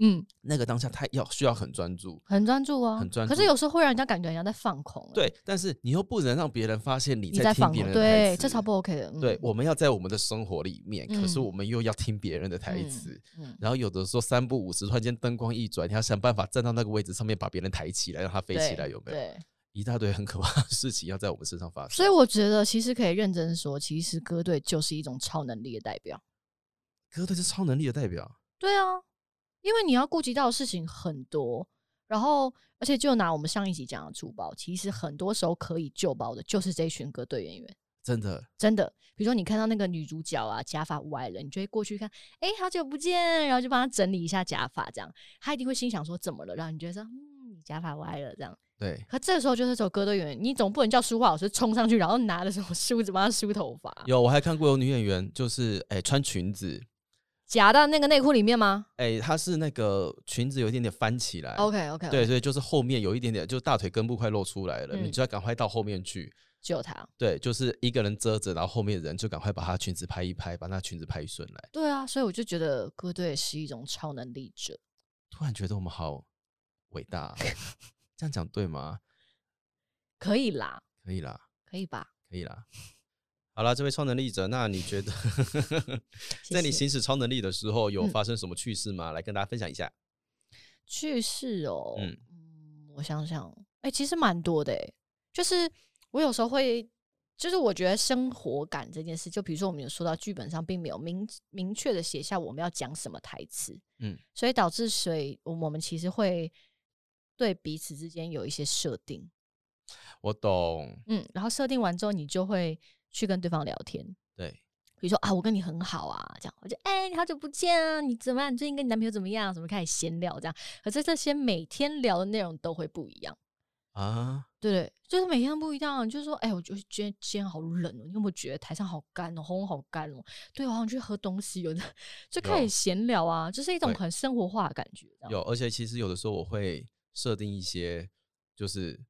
S2: 嗯，
S1: 那个当下他要需要很专注，
S2: 很专注啊，
S1: 很专
S2: 可是
S1: 注
S2: 有时候会让人家感觉人家在放空、欸，，
S1: 对，但是你又不能让别人发现你
S2: 你在
S1: 听
S2: 放
S1: 别
S2: 空，
S1: 人的台
S2: 对，
S1: 词
S2: 这超不 OK 的。嗯、
S1: 对，我们要在我们的生活里面，可是
S2: 嗯
S1: 我们又要听别人的台
S2: 嗯
S1: 词。
S2: 嗯，
S1: 然后有的时候三不五时，突然间灯光一转，你要想办法站到那个位置上面，把别人抬起来，让他飞起
S2: 对
S1: 来，有没有？
S2: 对，
S1: 一大堆很可怕的事情要在我们身上发生。
S2: 所以我觉得其实可以认真说，其实歌队就是一种超能力的代表。
S1: 歌队是超能力的代表，
S2: 对啊，因为你要顾及到的事情很多，然后而且就拿我们上一集讲的珠宝，其实很多时候可以救包的就是这一群歌队人员。
S1: 真的。
S2: 真的，比如说你看到那个女主角啊，假发歪了，你就会过去看，哎、好久不见，然后就帮她整理一下假发，这样，她一定会心想说怎么了，然后你觉得说，嗯，你假发歪了这样。
S1: 对，
S2: 可这时候就是这首歌队员，你总不能叫书画老师冲上去，然后拿着什么梳子帮她梳头发，
S1: 有我还看过有女演员，就是哎、穿裙子，
S2: 夹到那个内裤里面吗
S1: 哎、她是那个裙子有一点点翻起来。
S2: 哦？OK OK，
S1: 对，所以就是后面有一点点，就大腿根部快露出来了，你
S2: 嗯
S1: 就要赶快到后面去。
S2: 救她。
S1: 对，就是一个人遮着，然后后面的人就赶快把她裙子拍一拍，把那裙子拍顺来。
S2: 对啊，所以我就觉得歌队是一种超能力者，
S1: 突然觉得我们好伟大 啊、这样讲对吗？
S2: 可以啦，
S1: 可以啦，
S2: 可以吧？
S1: 可以啦。好啦，这位超能力者，那你觉得
S2: 谢
S1: 在你
S2: 谢
S1: 行使超能力的时候，有
S2: 嗯
S1: 发生什么趣事吗？来跟大家分享一下。
S2: 去世哦，
S1: 嗯
S2: 嗯，我想想，哎、其实蛮多的、欸，就是我有时候会，就是我觉得生活感这件事，就比如说我们有说到剧本上并没有明明确的写下我们要讲什么台词，
S1: 嗯
S2: 嗯，所以导致谁我我们其实会对彼此之间有一些设定，
S1: 我懂，
S2: 嗯，然后设定完之后，你就会去跟对方聊天，
S1: 对，
S2: 比如说啊，我跟你很好啊，这样，我就哎、你好久不见啊，你怎么样？你最近跟你男朋友怎么样？怎么开始闲聊这样？可是这些每天聊的内容都会不一样，
S1: 啊，
S2: 对不对？就是每天都不一样。你就说，哎、我觉得今天今天好冷哦，你有没有觉得台上好干哦，喉咙好干哦？对，我好想去喝东西哦，就开
S1: 有
S2: 始闲聊啊，就是一种
S1: 会
S2: 很生活化的感觉。这样
S1: 有，而且其实有的时候我会设定一些就是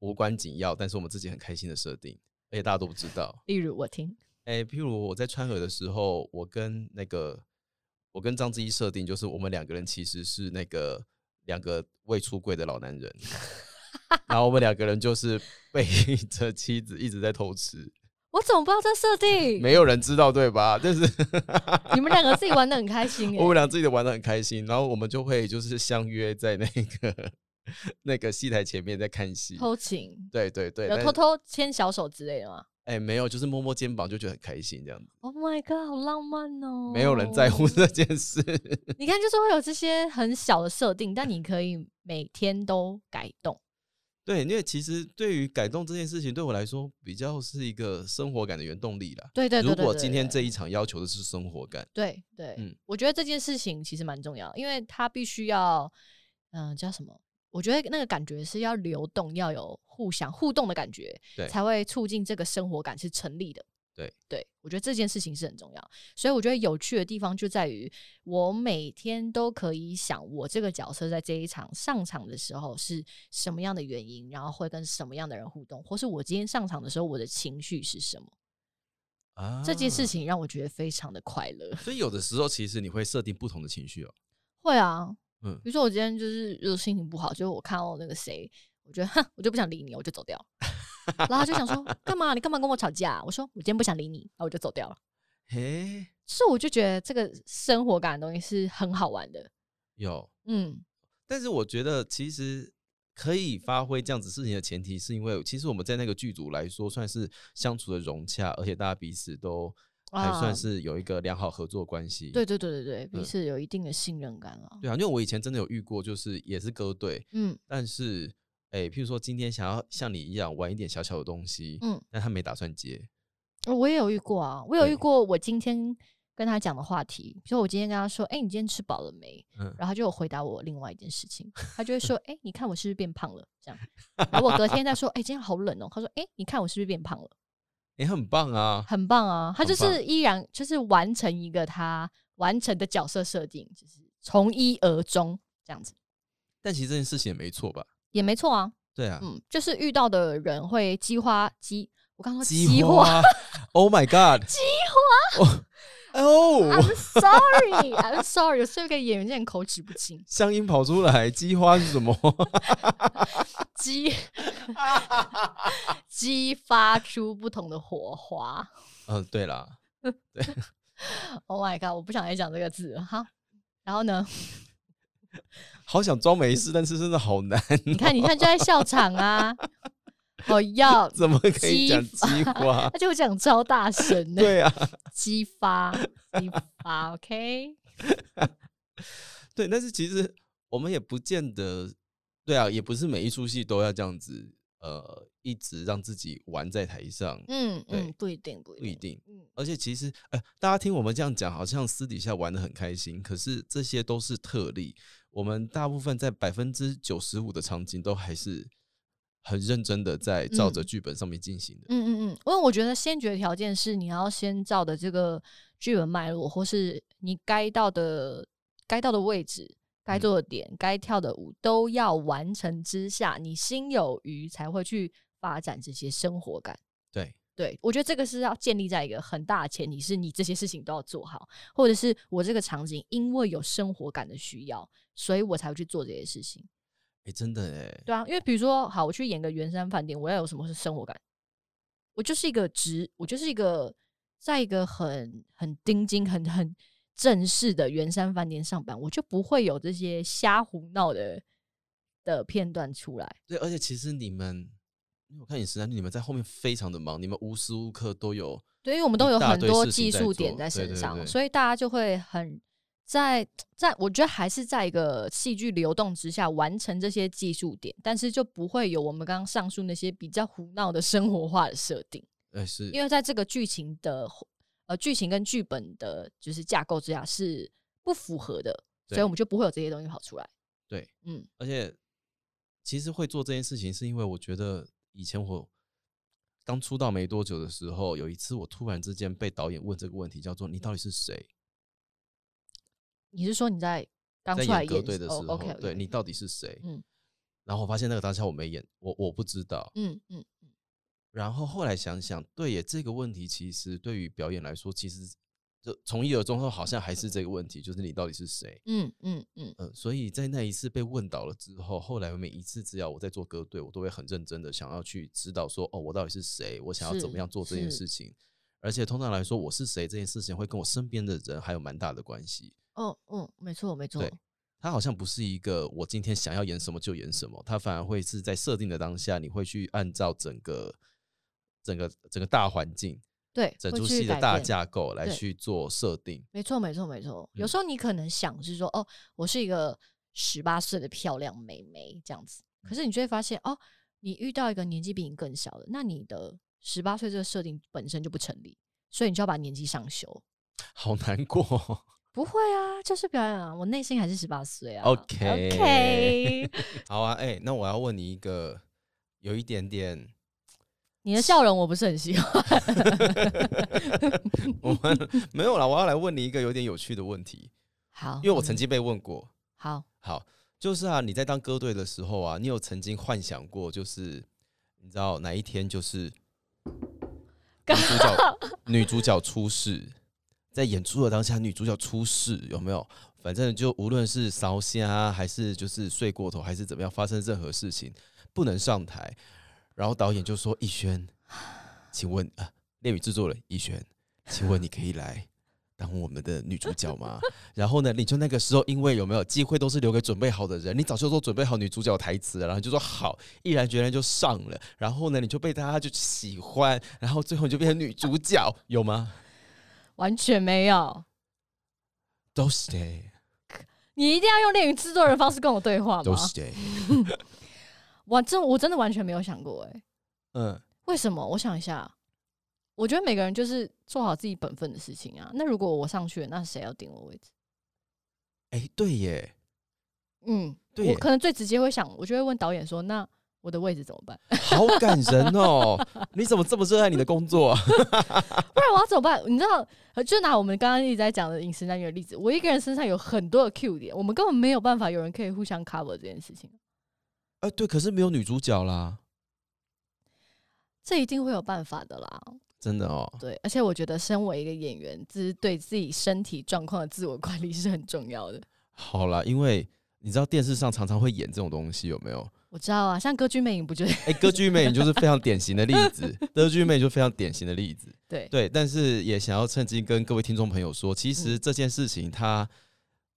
S1: 无关紧要，但是我们自己很开心的设定，而且大家都不知道。
S2: 例如我听，
S1: 哎、譬如我在川河的时候，我跟那个我跟张之一设定，就是我们两个人其实是那个两个未出柜的老男 人，然后我们两个人就是背着妻子一直在偷吃，
S2: 我怎么不知道这设定？
S1: 没有人知道对吧？ 但是
S2: 你们两个自己玩的很开 心、
S1: 我们
S2: 欸，
S1: 俩自己玩的很开心，然后我们就会就是相约在那个那个戏台前面在看戏。
S2: 偷情，
S1: 对对对，
S2: 有
S1: 但
S2: 偷偷牵小手之类的吗？
S1: 哎、没有，就是摸摸肩膀就觉得很开心这样子，
S2: Oh my god，好浪漫哦！
S1: 没有人在乎这件事。
S2: 你看，就是会有这些很小的设定，但你可以每天都改动。
S1: 对，因为其实对于改动这件事情，对我来说比较是一个生活感的原动力啦。
S2: 对对对
S1: 如
S2: 对
S1: 果
S2: 对
S1: 今天
S2: 对
S1: 这一场要求的是生活感，
S2: 对对，
S1: 嗯
S2: 我觉得这件事情其实蛮重要，因为它必须要，嗯、叫什么？我觉得那个感觉是要流动，要有互相互动的感觉
S1: 对，
S2: 才会促进这个生活感是成立的。
S1: 对，
S2: 对我觉得这件事情是很重要，所以我觉得有趣的地方就在于，我每天都可以想我这个角色在这一场上场的时候是什么样的原因，然后会跟什么样的人互动，或是我今天上场的时候我的情绪是什么，
S1: 啊
S2: 这件事。情让我觉得非常的快乐。
S1: 所以有的时候其实你会设定不同的情绪哦。
S2: 会啊，
S1: 嗯
S2: 比如说我今天就是如果心情不好，就是我看到那个谁，我觉得哼，我就不想理你，我就走掉。然后他就想说，干嘛？你干嘛跟我吵架？啊我说我今天不想理你，然后我就走掉了。
S1: 嘿，
S2: 所以我就觉得这个生活感的东西是很好玩的。
S1: 有，
S2: 嗯，
S1: 但是我觉得其实可以发挥这样子事情的前提，是因为其实我们在那个剧组来说算是相处的融洽，而且大家彼此都还算
S2: 啊
S1: 是有一个良好合作关系。
S2: 对对对对对，
S1: 嗯
S2: 彼此有一定的信任感了。
S1: 对啊，因为我以前真的有遇过，就是也是歌队，
S2: 嗯
S1: 但是哎、譬如说今天想要像你一样玩一点小小的东西，
S2: 嗯，
S1: 但他没打算接，
S2: 呃我也有遇过啊，我有
S1: 对
S2: 遇过，我今天。跟他讲的话题，比如说我今天跟他说：“哎、你今天吃饱了没？”
S1: 嗯
S2: 然后他就有回答我另外一件事情，他就会说：“哎、你看我是不是变胖了？”这样，然后我隔天再说：“哎、今天好冷哦。”他说：“哎、你看我是不是变胖了
S1: 也、很棒啊？”。
S2: 很棒啊，他
S1: 很
S2: 就
S1: 棒
S2: 是依然就是完成一个他完成的角色设定，就是从一而终这样子，
S1: 但其实这件事情也没错吧？
S2: 也没错啊。
S1: 对啊，
S2: 嗯，就是遇到的人会嗯激化激，我刚说
S1: 激啊
S2: 激化，
S1: 花，Oh my God，激花，哦，
S2: I'm sorry, I'm sorry，我是个演员，竟然口齿不清。
S1: 乡音跑出来，鸡花是什么？
S2: 激 激发出不同的火花。
S1: 嗯，对啦，
S2: Oh my god！我不想再讲这个字了。好，然后 呢？
S1: 好想装没事，但是真的好难。
S2: 你看，你看，就在笑场 啊！我要，
S1: 怎么可以讲鸡花？
S2: 而且我讲超大声的，
S1: 对啊，
S2: 激发，激发，OK。
S1: 对，但是其实我们也不见得，对啊，也不是每一出戏都要这样子，呃，一直让自己玩在台上，
S2: 嗯
S1: 对
S2: 嗯，不一定，不
S1: 不一
S2: 一定，
S1: 定。
S2: 嗯，
S1: 而且其实，呃，大家听我们这样讲，好像私底下玩的很开心，可是这些都是特例。我们大部分在百分之九十五的场景都还是很认真的在照着
S2: 嗯
S1: 剧本上面进行的。
S2: 嗯嗯嗯，因为我觉得先决条件是你要先照的这个剧本脉络，或是你该到的该到的位置、该
S1: 嗯
S2: 做的点、该跳的舞都要完成之下，你心有余才会去发展这些生活感。
S1: 对，
S2: 对，我觉得这个是要建立在一个很大的前提，是你这些事情都要做好，或者是我这个场景因为有生活感的需要，所以我才会去做这些事情。
S1: 哎，真的哎，
S2: 对啊，因为比如说，好，我去演个圆山饭店，我要有什么是生活感？我就是一个直，我就是一个在一个很很钉钉、很很正式的圆山饭店上班，我就不会有这些瞎胡闹的的片段出来。
S1: 对，而且其实你们，因为我看你实在你们在后面非常的忙，你们无时无刻都有
S2: 对，因为我们都
S1: 一
S2: 有
S1: 大
S2: 很
S1: 堆
S2: 多
S1: 事情
S2: 技
S1: 在
S2: 术
S1: 做
S2: 点
S1: 对
S2: 在身
S1: 对
S2: 上，
S1: 对
S2: 所以大家就会很在在，我觉得还是在一个戏剧流动之下完成这些技术点，但是就不会有我们刚刚上述那些比较胡闹的生活化的设定。
S1: 哎是
S2: 因为在这个剧情的呃剧情跟剧本的，就是架构之下是不符合的，所以
S1: 对
S2: 我们就不会有这些东西跑出来。
S1: 对，
S2: 嗯
S1: 而且其实会做这件事情，是因为我觉得以前我刚出道没多久的时候，有一次我突然之间被导演问这个问题，叫做“你到底是谁
S2: 你是说你在”？刚
S1: 在
S2: 出来
S1: 演歌
S2: 演哦
S1: 队的时候，
S2: o k
S1: 对你到底是谁？
S2: 嗯
S1: 然后我发现那个当下我没演，我我不知道。
S2: 嗯嗯
S1: 然后后来想想，对耶，这个问题其实对于表演来说，其实就从一而终后，好像还是这个问题，就是你到底是谁？
S2: 嗯嗯嗯
S1: 嗯，所以在那一次被问倒了之后，后来每一次只要我在做歌队，我都会很认真的想要去知道说，哦，我到底是谁，我想要怎
S2: 是
S1: 么样做这件
S2: 是
S1: 事情。而且通常来说，我是谁这件事情会跟我身边的人还有蛮大的关系。
S2: 哦嗯，没错没错
S1: 对，它好像不是一个我今天想要演什么就演什么，它反而会是在设定的当下，你会去按照整个整个整个大环境、
S2: 对，
S1: 整
S2: 会
S1: 出
S2: 去
S1: 戏的
S2: 改
S1: 大
S2: 变
S1: 架构来
S2: 对
S1: 去做设定。
S2: 没错，没错，没错。有
S1: 嗯
S2: 时候你可能想是说，哦，我是一个十八岁的漂亮妹妹这样子，
S1: 嗯
S2: 可是你就会发现，哦，你遇到一个年纪比你更小的，那你的十八岁这个设定本身就不成立，所以你就要把年纪上修。
S1: 好难过，哦
S2: 不会啊，就是表演啊，我内心还是十八岁啊。
S1: OK
S2: OK，
S3: 好啊，哎、那我要问你一个有一点点，
S2: 你的笑容我不是很喜欢。
S3: 我们 没有啦，我要来问你一个有点有趣的问题，
S2: 好，
S3: 因为我曾
S2: 嗯
S3: 经被问过。
S2: 好，
S3: 好，就是啊，你在当歌队的时候啊，你有曾经幻想过，就是你知道哪一天就是女主角女主角出事，在演出的当下，女主角出事有没有？反正就无论是烧虾还是就是睡过头，还是怎么样，发生任何事情不能上台。然后导演就说：“逸轩，请问啊，恋与制作人逸轩，请问你可以来当我们的女主角吗？”然后呢，你就那个时候，因为有没有机会都是留给准备好的人，你早就都准备好女主角台词了，然后就说好，毅然决然就上了。然后呢，你就被大家就喜欢，然后最后你就变成女主角，有吗？
S2: 完全没有。
S3: 都是的，
S2: 你一定要用恋与制作人的方式跟我对话
S3: 都
S2: 吗？
S3: 是的，
S2: 我真我真的完全没有想过、欸，
S3: 嗯，
S2: 为什么？我想一下，我觉得每个人就是做好自己本分的事情啊。那如果我上去了，那谁要顶我位置？
S3: 哎，对耶，
S2: 嗯，
S3: 对
S2: 我
S3: 耶，
S2: 可能最直接会想，我就会问导演说：“那我的位置怎么办？
S3: 好感人哦！你怎么这么热爱你的工作？
S2: 不然我要怎么办？”你知道，呃就拿我们刚刚一直在讲的饮食单元的例子，我一个人身上有很多的 Q 点，我们根本没有办法有人可以互相 cover 这件事情。
S3: 哎，对，可是没有女主角啦，
S2: 这一定会有办法的啦，
S1: 真的哦，
S2: 对，而且我觉得身为一个演员，就是对自己身体状况的自我管理是很重要的。
S1: 好啦，因为你知道电视上常常会演这种东西，有没有？
S2: 我知道啊，像《歌剧魅影》不就是
S1: 哎、歌剧魅影就是非常典型的例 子，歌剧魅影就非常典型的例子。
S2: 对
S1: 对，但是也想要趁机跟各位听众朋友说，其实这件事情它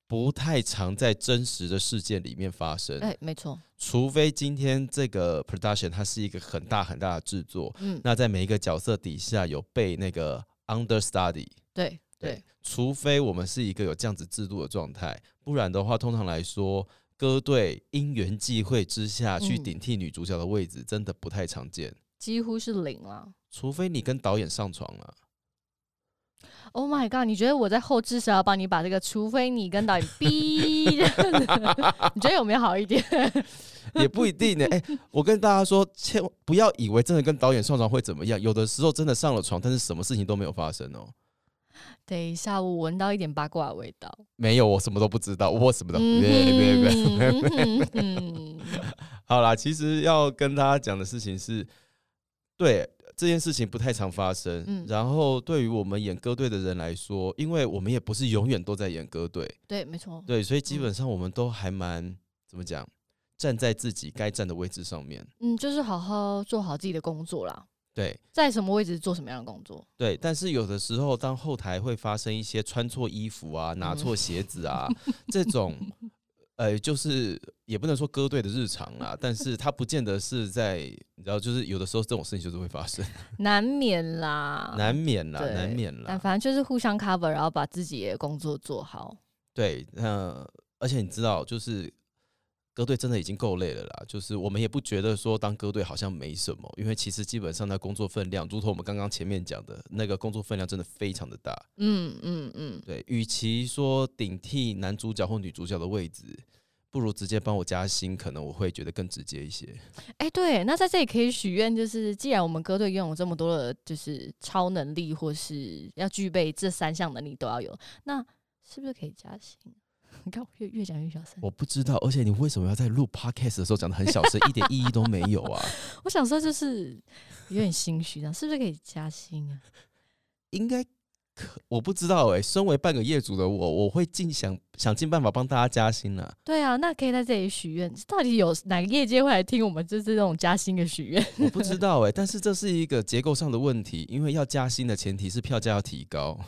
S1: 不太常在真实的事件里面发生，
S2: 哎、没错，
S1: 除非今天这个 production 它是一个很大很大的制作，
S2: 嗯，
S1: 那在每一个角色底下有被那个 understudy，
S2: 对
S1: 对
S2: 对，，
S1: 除非我们是一个有这样子制度的状态，不然的话，通常来说，歌队因缘际会之下去
S2: 嗯
S1: 顶替女主角的位置，真的不太常见。
S2: 几乎是零了。
S1: 除非你跟导演上床了、
S2: Oh my god！你觉得我在后置是要帮你把这个，除非你跟导演逼， 你觉得有没有好一点？
S1: 也不一定呢、诶，哎我跟大家说，千万不要以为真的跟导演上床会怎么样，有的时候真的上了床，但是什么事情都没有发生哦、
S2: 等一下，我闻到一点八卦的味道。
S1: 没有，我什么都不知道，我什么都
S2: 嗯
S1: 别别别
S2: 哼嗯哼
S1: 好啦，其实要跟大家讲的事情是，对这件事情不太常发生。
S2: 嗯
S1: 然后对于我们演歌队的人来说，因为我们也不是永远都在演歌队，
S2: 对，没错，
S1: 对，所以基本上我们都还蛮怎么讲，站在自己该站的位置上面。
S2: 嗯，就是好好做好自己的工作啦，
S1: 对
S2: 在什么位置做什么样的工作。
S1: 对，但是有的时候，当后台会发生一些穿错衣服啊、
S2: 嗯
S1: 拿错鞋子啊、这种。呃，就是也不能说歌队的日常啦，但是它不见得是在，你知道，就是有的时候这种事情就是会发生。
S2: 难免啦，
S1: 难免啦，
S2: 啊对
S1: 难免
S2: 但
S1: 啦。
S2: 反正就是互相 cover，然后把自己的工作做好。
S1: 对，那而且你知道，就是歌队真的已经够累了啦。就是我们也不觉得说当歌队好像没什么，因为其实基本上那工作分量，如同我们刚刚前面讲的那个工作分量真的非常的大。
S2: 嗯嗯嗯，
S1: 对，与其说顶替男主角或女主角的位置，不如直接帮我加薪，可能我会觉得更直接一些。
S2: 哎、对，那在这里可以许愿，就是既然我们歌队拥有这么多的，就是超能力，或是要具备这三项能力都要有，那是不是可以加薪？你看我越越讲越小声，
S1: 我不知道，而且你为什么要在录 podcast 的时候讲的很小声，一点意义都没有啊？
S2: 我想说就是有点心虚，这样是不是可以加薪啊？
S1: 应该可我不知道哎、身为半个业主的我，我会尽想想尽办法帮大家加薪啦、
S2: 对啊，那可以在这里许愿，到底有哪个业界会来听我们就是这种加薪的许愿？
S1: 我不知道哎、但是这是一个结构上的问题，因为要加薪的前提是票价要提高。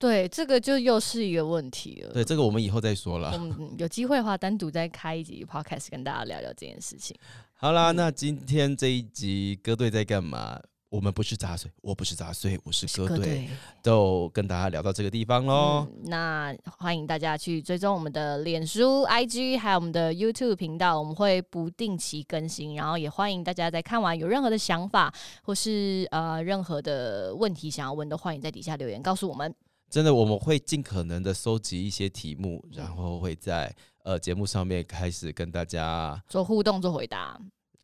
S2: 对，这个就又是一个问题了。
S1: 对，这个我们以后再说
S2: 我
S1: 啦。
S2: 们有机会的话，单独再开一集 podcast 跟大家聊聊这件事情。
S1: 好啦，那今天这一集歌队在干嘛？我们不是杂碎，我不是杂碎，我是歌队，，都跟大家聊到这个地方喽。
S2: 嗯，那欢迎大家去追踪我们的脸书、IG，还有我们的 YouTube 频道，我们会不定期更新。然后也欢迎大家在看完有任何的想法，或是呃任何的问题想要问，都欢迎在底下留言告诉我们。
S1: 真的，我们会尽可能的收集一些题目，然后会在呃节目上面开始跟大家
S2: 做互动，做回答。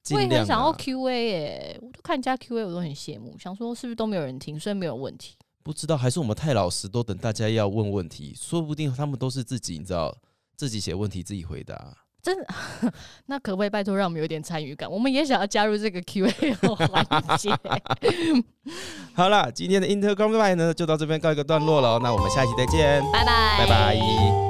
S1: 尽
S2: 我也
S1: 量、啊、
S2: 很想要 Q&A 耶、我都看人家 Q&A，我都很羡慕，想说是不是都没有人听，所以没有问题。
S1: 不知道还是我们太老实，都等大家要问问题，说不定他们都是自己，你知道，自己写问题自己回答。
S2: 真的，那可不可以拜托让我们有点参与感？我们也想要加入这个 Q&A 环 节。
S1: 好啦，今天的 Intercom Live 呢就到这边告一个段落了哦，那我们下期再见，
S2: 拜拜，
S1: 拜拜